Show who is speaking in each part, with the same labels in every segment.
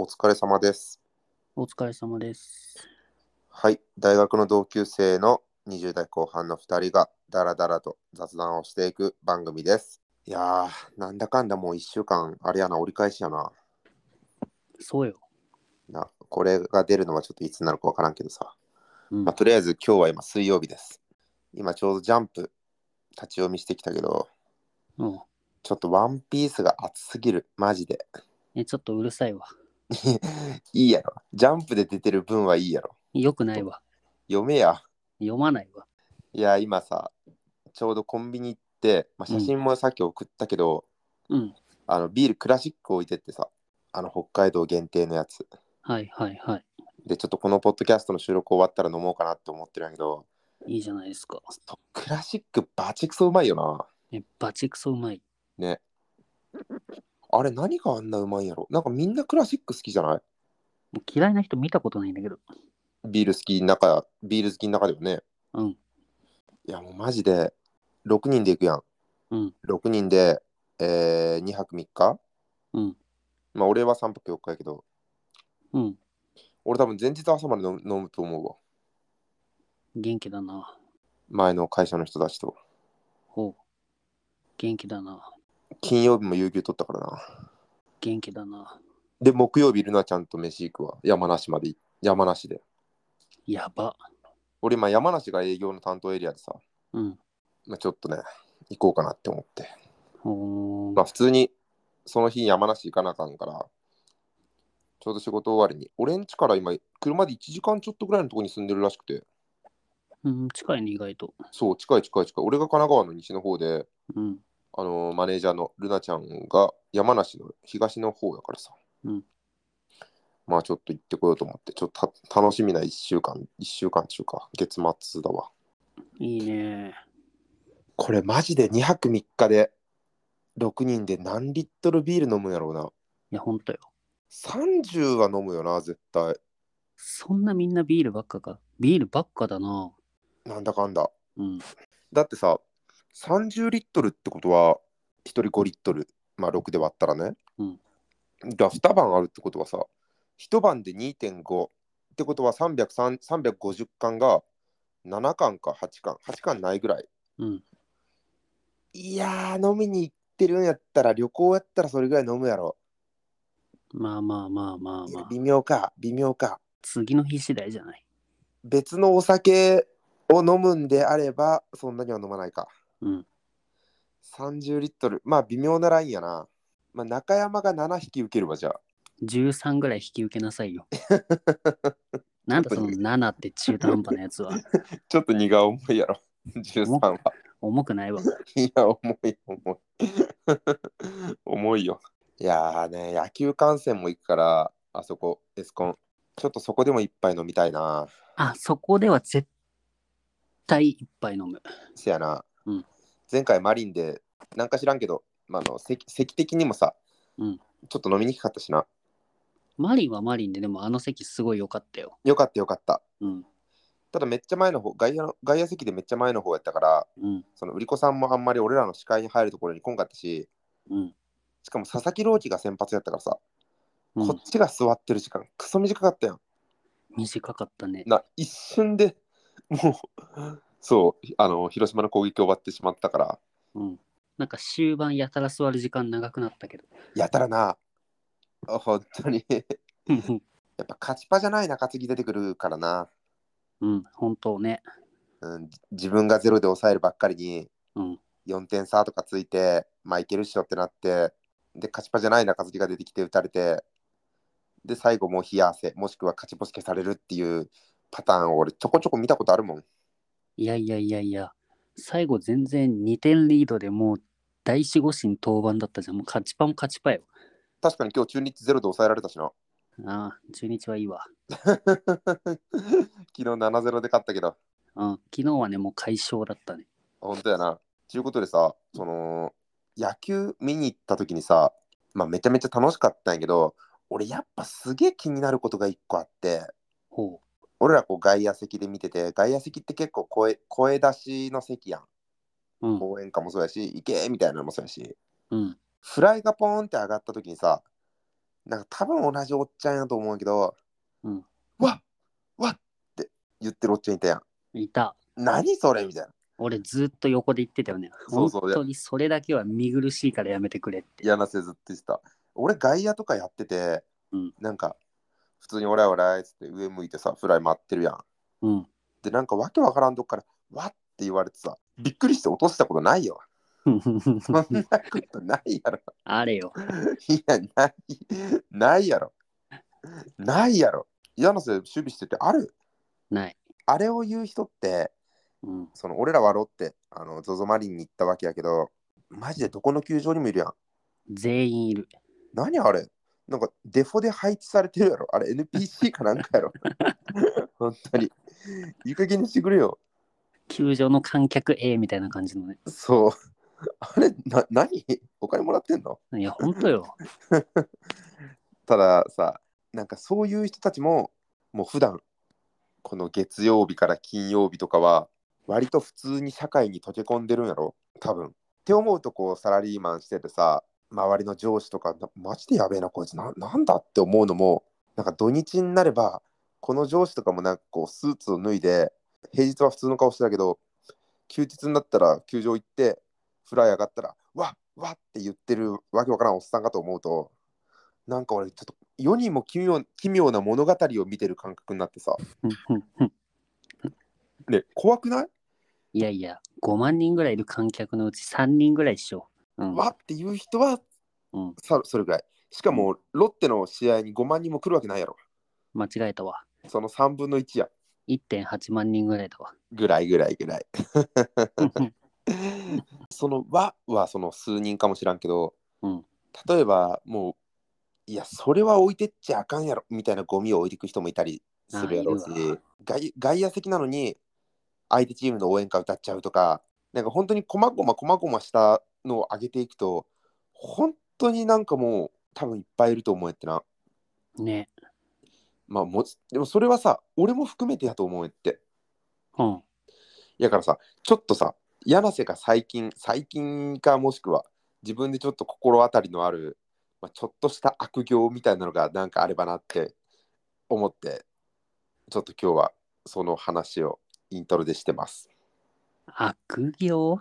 Speaker 1: 疲れ様です。
Speaker 2: お疲れ様です。
Speaker 1: はい、大学の同級生の20代後半の2人がダラダラと雑談をしていく番組です。いやー、なんだかんだもう1週間、あれやな、折り返しやな。
Speaker 2: そうよ。
Speaker 1: なこれが出るのはちょっといつになるかわからんけどさ。
Speaker 2: うん
Speaker 1: まあ、とりあえず今日は今水曜日です。今ちょうどジャンプ立ち読みしてきたけど、
Speaker 2: うん
Speaker 1: ちょっとワンピースが熱すぎる、マジで。
Speaker 2: え、ちょっとうるさいわ。
Speaker 1: いいやろ。ジャンプで出てる分はいいやろ。
Speaker 2: よくないわ。
Speaker 1: 読めや。
Speaker 2: 読まないわ。
Speaker 1: いや今さちょうどコンビニ行って、まあ、
Speaker 2: うん
Speaker 1: 写真もさっき送ったけど、
Speaker 2: うん。
Speaker 1: あのビールクラシック置いてってさあの北海道限定のやつ
Speaker 2: はいはいは
Speaker 1: でちょっとこのポッドキャストの収録終わったら飲もうかなって思ってるんやけど
Speaker 2: い。いいじゃないですか。
Speaker 1: そうクラシックバチクソうまいよな
Speaker 2: え、バチクソうまい。
Speaker 1: ねあれ何があんなうまいんやろなんかみんなクラシック好きじゃない
Speaker 2: もう嫌いな人見たことないんだけど。
Speaker 1: ビール好きの中ビール好きの中でもね
Speaker 2: うん。
Speaker 1: いやもうマジで6人で行くやん、
Speaker 2: うん
Speaker 1: 6人で、え2泊3日
Speaker 2: うん。
Speaker 1: まあ俺は3泊4日やけど
Speaker 2: うん。
Speaker 1: 俺多分前日朝まで飲む飲むと思うわ。
Speaker 2: 元気だな。
Speaker 1: 前の会社の人たちと。
Speaker 2: ほう。元気だな。
Speaker 1: 金曜日も有給取ったからな。
Speaker 2: 元気だな。
Speaker 1: で、木曜日、ルナちゃんと飯行くわ。山梨までい。山梨で。
Speaker 2: やば。
Speaker 1: 俺今山梨が営業の担当エリアでさ、
Speaker 2: うん。
Speaker 1: まあ、ちょっとね、行こうかなって思って。
Speaker 2: ほ
Speaker 1: まあ
Speaker 2: ー
Speaker 1: 普通にその日山梨行かなあかんから、ちょうど仕事終わりに。俺ん家から今、車で1時間ちょっとぐらいのとこに住んでるらしくて、
Speaker 2: うん。近いね、意外と。
Speaker 1: そう、近い近い近い。俺が神奈川の西の方で、
Speaker 2: うん。
Speaker 1: あのーマネージャーのルナちゃんが山梨の東の方やからさ、
Speaker 2: うん
Speaker 1: まあちょっと行ってこようと思ってちょっとた楽しみな1週間1週間中か月末だわ
Speaker 2: いいね。
Speaker 1: これマジで2泊3日で6人で何リットルビール飲むんやろうない
Speaker 2: や、ほんとよ。
Speaker 1: 30は飲むよな絶対
Speaker 2: そんなみんなビールばっかか。ビールばっかだな。
Speaker 1: なんだかんだ
Speaker 2: うん。
Speaker 1: だってさ30リットルってことは1人5リットルまあ6で割ったらね、
Speaker 2: うん
Speaker 1: が2晩あるってことはさ一晩で2.5ってことは303 350缶が7缶か8缶8缶ないぐらい
Speaker 2: うん。
Speaker 1: いやー飲みに行ってるんやったら旅行やったらそれぐらい飲むやろ、
Speaker 2: まあまあまあまあ
Speaker 1: い
Speaker 2: ま
Speaker 1: や
Speaker 2: あ。
Speaker 1: 微妙か微妙か
Speaker 2: 次の日次第じゃない。
Speaker 1: 別のお酒を飲むんであればそんなには飲まないか
Speaker 2: うん。
Speaker 1: 30リットルまあ微妙なラインやな、まあ、中山が7匹受けるわじゃあ
Speaker 2: 13ぐらい引き受けなさ いよ。なんだその7って中途半端なやつは。
Speaker 1: ちょっと荷が重いや ろ。13は。
Speaker 2: 重くないわ。
Speaker 1: いや、重い、重い。 重いよ。いやーね、野球観戦も行くから、あそこ、エスコン。ちょっとそこでも一杯飲みたいな。
Speaker 2: あ、そこでは絶対いっぱい飲む。
Speaker 1: せやな。
Speaker 2: うん
Speaker 1: 前回マリンで、なんか知らんけど、まあ、あの席席的にもさ、
Speaker 2: うん
Speaker 1: ちょっと飲みにくかったしな。
Speaker 2: マリンはマリンで、でもあの席すごい良かったよ。
Speaker 1: よかったよかった。
Speaker 2: うん。
Speaker 1: ただめっちゃ前の方、外野の外野席でめっちゃ前の方やったから、
Speaker 2: うん。
Speaker 1: その売り子さんもあんまり俺らの視界に入るところに来んかったし、
Speaker 2: うん。
Speaker 1: しかも佐々木朗希が先発やったからさ、
Speaker 2: う
Speaker 1: こ
Speaker 2: ん
Speaker 1: っ、ちが座ってる時間クソ短かったやん
Speaker 2: 短かったね。
Speaker 1: な一瞬で もうそうあの広島の攻撃終わってしまったから
Speaker 2: うん。なんか終盤やたら座る時間長くなったけど。
Speaker 1: やたらなあ本当にやっぱ勝ちパじゃない中継ぎ出てくるからな、
Speaker 2: うん、本当ね。
Speaker 1: うん、じ自分がゼロで抑えるばっかりに
Speaker 2: うん。
Speaker 1: 4点差とかついてまあいけるっしょってなってで勝ちパじゃない中継ぎが出てきて打たれてで最後もう冷や汗もしくは勝ち星消されるっていうパターンを俺ちょこちょこ見たことあるもん
Speaker 2: いやいやいやいや。最後全然2点リードでもう第四五神登板だったじゃん。もう勝ちパン勝ちパよ。
Speaker 1: 確かに今日中日ゼロで抑えられたしな
Speaker 2: ああ、中日はいいわ。
Speaker 1: 昨日7-0で勝ったけど、
Speaker 2: うん、昨日はね、もう快勝だったね。
Speaker 1: 本当やな。ということでさ、その野球見に行った時にさ、まあ、めちゃめちゃ楽しかったんやけど、俺やっぱすげえ気になることが一個あって、
Speaker 2: ほ
Speaker 1: 俺らこう外野席で見てて、外野席って結構声声出しの席やん。
Speaker 2: う。うん。
Speaker 1: 応援歌もそうやし、行けーみたいなのもそうやし、
Speaker 2: うん。
Speaker 1: フライがポーンって上がった時にさ、なんか多分同じおっちゃんやと思うけど、
Speaker 2: うん
Speaker 1: わっわっって言ってるおっちゃんいたやん。
Speaker 2: いた。
Speaker 1: 何それみたいな。
Speaker 2: 俺ずっと横で言ってたよね。
Speaker 1: そうそう
Speaker 2: 本当にそれだけは見苦しいからやめてくれって。
Speaker 1: 嫌なせずって言ってた。俺外野とかやってて、
Speaker 2: うん
Speaker 1: なんか普通にオラオラっつって上向いてさフライ待ってるやん。
Speaker 2: うん。
Speaker 1: でなんかわけわからんとこからわって言われてさびっくりして落としたことないよ。そんなことないやろ。
Speaker 2: あれよ。
Speaker 1: いやないないやろ。ないやろ。嫌なせ守備しててある
Speaker 2: ない。
Speaker 1: あれを言う人って
Speaker 2: うん。
Speaker 1: その俺ら笑ってあの ZOZO マリンに行ったわけやけどマジでどこの球場にもいるやん。
Speaker 2: 全員いる。
Speaker 1: 何あれなんかデフォで配置されてるやろあれ NPC かなんかやろ 本当に。いい加減にしてくれよ。
Speaker 2: 球場の観客 A みたいな感じのね。
Speaker 1: そう。あれな何お金もらってんの
Speaker 2: いや、本当よ。
Speaker 1: たださなんかそういう人たちももう普段この月曜日から金曜日とかは割と普通に社会に溶け込んでるんやろ多分。って思うとこうサラリーマンしててさ周りの上司とかなマジでやべえなこいつななんだって思うのもなんか土日になればこの上司とかもなんかこうスーツを脱いで平日は普通の顔してたけど休日になったら球場行ってフライ上がったらわっわっって言ってるわけわからんおっさんかと思うとなんか俺ちょっと世にも奇妙奇妙な物語を見てる感覚になってさ
Speaker 2: うんうんうん
Speaker 1: ね怖くない、
Speaker 2: いやいや、5万人ぐらいいる観客のうち3人ぐらいっしょ。うん。
Speaker 1: わっていう人は
Speaker 2: うん、
Speaker 1: さそれぐらいしかもロッテの試合に5万人も来るわけないやろ
Speaker 2: 間違えたわ。
Speaker 1: その3分の1や
Speaker 2: 1.8万人ぐらいだわ。
Speaker 1: ぐらいぐらいぐらい
Speaker 2: うんうん
Speaker 1: その「わ」はその数人かもしらんけど、
Speaker 2: うん
Speaker 1: 例えばもういやそれは置いてっちゃあかんやろみたいなゴミを置いていく人もいたりするやろうし
Speaker 2: あーいるわ
Speaker 1: 外外野席なのに相手チームの応援歌歌っちゃうとかなんか本当にこまごまこまごましたのを上げていくと本当になんかもう多分いっぱいいると思うやってな
Speaker 2: ね。
Speaker 1: まあもちでもそれはさ俺も含めてやと思うやって
Speaker 2: うん。
Speaker 1: やからさ、ちょっとさ、柳瀬が最近、最近かもしくは、自分でちょっと心当たりのある、まあ、ちょっとした悪行みたいなのがなんかあればなって思って、ちょっと今日はその話をイントロでしてます。
Speaker 2: 悪行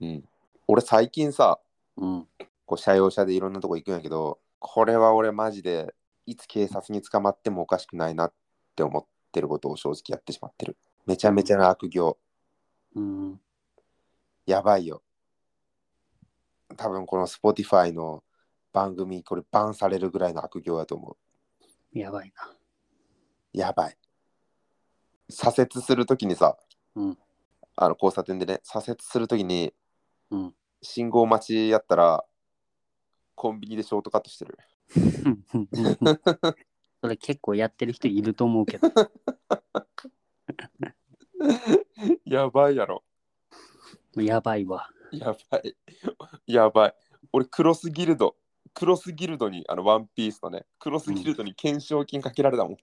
Speaker 1: うん。俺最近さ、
Speaker 2: うん。
Speaker 1: こう、社用車でいろんなとこ行くんやけど、これは俺マジで、いつ警察に捕まってもおかしくないなって思ってることを正直やってしまってる。めちゃめちゃな悪行。
Speaker 2: うん。
Speaker 1: やばいよ。多分この Spotify の番組、これバンされるぐらいの悪行だと思
Speaker 2: やばいな。
Speaker 1: う。やばい。左折するときにさ、
Speaker 2: うん
Speaker 1: あの交差点でね、左折するときに、
Speaker 2: うん
Speaker 1: 信号待ちやったら、コンビニでショートカットしてる。
Speaker 2: うんうんうんうんそれ結構やってる人いると思うけど。
Speaker 1: やばいやろ。
Speaker 2: やばいわ。
Speaker 1: やばい。 やばい。俺、クロスギルド。クロスギルドに、あの、ワンピースのね、クロスギルドに懸賞金かけられたもん。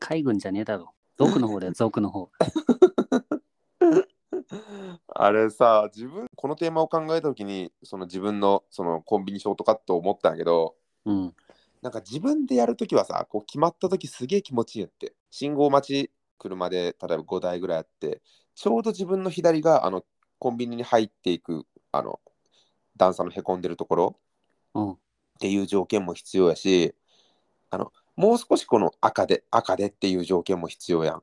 Speaker 2: 海軍じゃねえだろ。族の方だよ、族の方。
Speaker 1: あれさ自分このテーマを考えた時にその自分のそのコンビニショートカットを思ったんやけど
Speaker 2: うん。
Speaker 1: なんか自分でやる時はさこう決まった時すげえ気持ちいいんやって信号待ち車で例えば5台ぐらいあってちょうど自分の左があのコンビニに入っていくあの段差のへこんでるところ
Speaker 2: うん。
Speaker 1: っていう条件も必要やしあのもう少しこの赤で赤でっていう条件も必要やん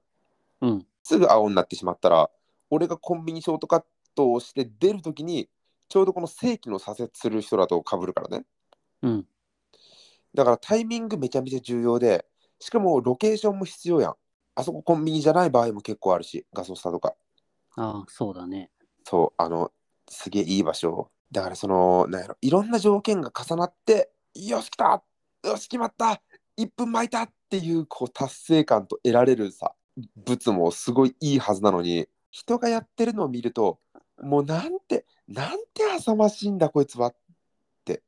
Speaker 2: うん。
Speaker 1: すぐ青になってしまったら俺がコンビニショートカットをして出るときにちょうどこの正規の左折する人だと被るからね
Speaker 2: うん。
Speaker 1: だからタイミングめちゃめちゃ重要でしかもロケーションも必要やんあそこコンビニじゃない場合も結構あるしガソスタとか
Speaker 2: ああ、そうだね。
Speaker 1: そうあのすげえいい場所だからそのなんやろいろんな条件が重なってよし来たよし決まった1分巻いたっていうこう達成感と得られるさ物もすごいいいはずなのに人がやってるのを見るともうなんてなんて浅ましいんだこいつはって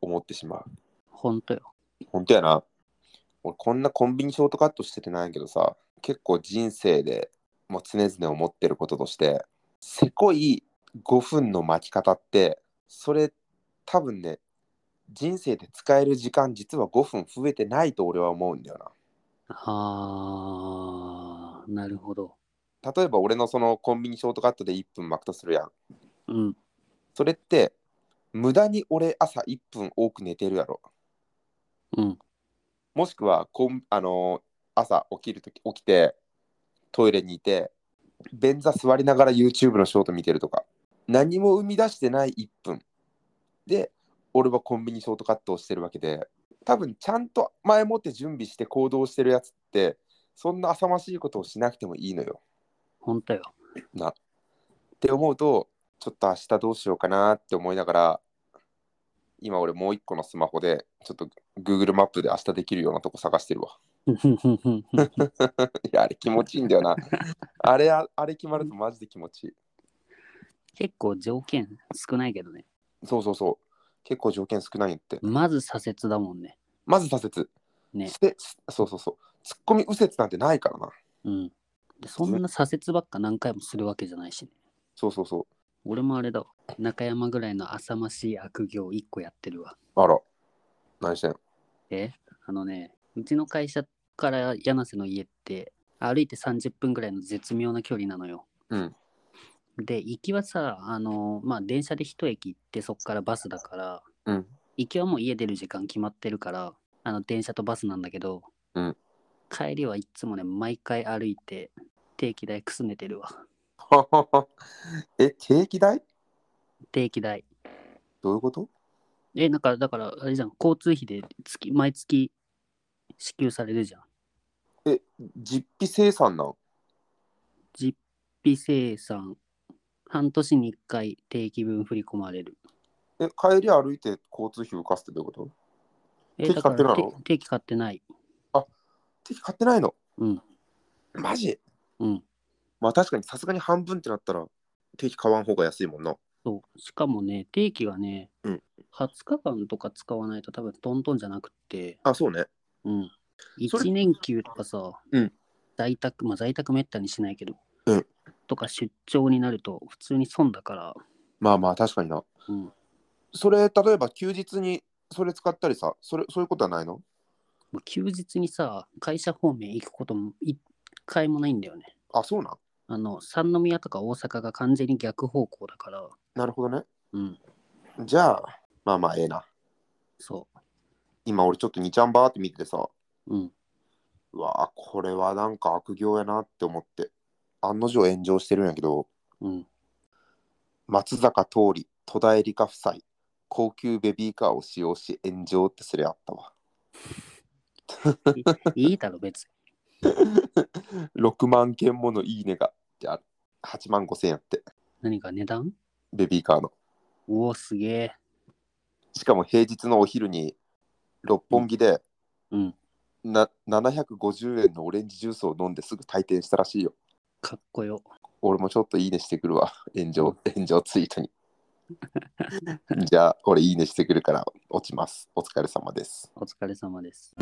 Speaker 1: 思ってしまう
Speaker 2: ほんとよ。
Speaker 1: 本当やな俺こんなコンビニショートカットしててないけどさ結構人生でもう常々思ってることとしてせこい5分の巻き方ってそれ多分ね人生で使える時間実は5分増えてないと俺は思うんだよ
Speaker 2: あー、なるほど。
Speaker 1: な例えば俺のそのコンビニショートカットで1分巻くとするやん
Speaker 2: うん。
Speaker 1: それって無駄に俺朝1分多く寝てるやろ
Speaker 2: うん。
Speaker 1: もしくはこん、あのー朝起きるとき起きてトイレにいて便座座りながら YouTube のショート見てるとか何も生み出してない1分で俺はコンビニショートカットをしてるわけで多分ちゃんと前もって準備して行動してるやつってそんな浅ましいことをしなくてもいいのよ
Speaker 2: ほんとよ。
Speaker 1: って思うとちょっと明日どうしようかなって思いながら今俺もう一個のスマホでちょっと Google マップで明日できるようなとこ探してるわいやあれ気持ちいいんだ よなあれああれ決まるとマジで気持ちいい
Speaker 2: 結構条件少ないけどね。
Speaker 1: そうそうそう結構条件少ないんやって
Speaker 2: まず左折だもんね。
Speaker 1: まず左折
Speaker 2: ね
Speaker 1: してすそうそうそうツッコミ右折なんてないからな
Speaker 2: うん。でそんな左折ばっか何回もするわけじゃないしね。
Speaker 1: そうそうそ
Speaker 2: 俺もあれだわ。中山ぐらいの浅ましい悪行1個やってるわ。
Speaker 1: うあら何してん
Speaker 2: えあのね、うちの会社から柳瀬の家って歩いて30分ぐらいの絶妙な距離なのよ。
Speaker 1: うん
Speaker 2: で、行きはさ、あの、まあ、電車で一駅行ってそっからバスだから、
Speaker 1: うん
Speaker 2: 行きはもう家出る時間決まってるから、あの、電車とバスなんだけど、
Speaker 1: うん
Speaker 2: 帰りはいつもね、毎回歩いて、定期代くすねてるわ。
Speaker 1: え定期代
Speaker 2: 定期代。
Speaker 1: どういうこと
Speaker 2: え、なんか、だから、あれじゃん、交通費で月、毎月支給されるじゃん。
Speaker 1: え実費生産なん
Speaker 2: 実費生産、半年に1回定期分振り込まれる。
Speaker 1: え帰り歩いて交通費浮かすってどういうこと
Speaker 2: え
Speaker 1: 定期買ってる
Speaker 2: だ
Speaker 1: だ
Speaker 2: から
Speaker 1: ろ
Speaker 2: て定期買ってない。
Speaker 1: 定期買ってないの
Speaker 2: うん。
Speaker 1: マジ
Speaker 2: うん。
Speaker 1: まあ確かにさすがに半分ってなったら定期買わん方が安いもんな
Speaker 2: そう。しかもね、定期がね、
Speaker 1: うん
Speaker 2: 20日間とか使わないと多分トントンじゃなくって、
Speaker 1: あそうね
Speaker 2: うん。
Speaker 1: それ
Speaker 2: 1年休とかさ、
Speaker 1: うん
Speaker 2: 在宅、まあ在宅めったにしないけど、
Speaker 1: うん
Speaker 2: とか出張になると普通に損だから、
Speaker 1: まあまあ確かにな
Speaker 2: うん。
Speaker 1: それ例えば休日にそれ使ったりさそれそういうことはないの
Speaker 2: まあ休日にさ、会社方面行くことも一回もないんだよね。
Speaker 1: あそうなん
Speaker 2: あの三宮とか大阪が完全に逆方向だから、
Speaker 1: なるほどね
Speaker 2: うん、
Speaker 1: じゃあまあまあええな
Speaker 2: そ
Speaker 1: 今俺ちょっと2ちゃんばーって見ててさ
Speaker 2: う、うん、
Speaker 1: うわあこれはなんか悪行やなって思って案の定炎上してるんやけど
Speaker 2: うん、
Speaker 1: 松坂桃李戸田恵梨香夫妻高級ベビーカーを使用し炎上ってすれあったわ
Speaker 2: いいだろ別に。
Speaker 1: 6万件ものいいねがってある8万5千やって
Speaker 2: 何か値段
Speaker 1: ベビーカーの
Speaker 2: おお、すげえ。
Speaker 1: しかも平日のお昼に六本木で
Speaker 2: うん、
Speaker 1: な750円のオレンジジュースを飲んですぐ退店したらしいよ
Speaker 2: かっこよ。
Speaker 1: 俺もちょっといいねしてくるわ 炎上炎上ツイートにじゃあ俺いいねしてくるから落ちますお疲れ様です
Speaker 2: お疲れ様です。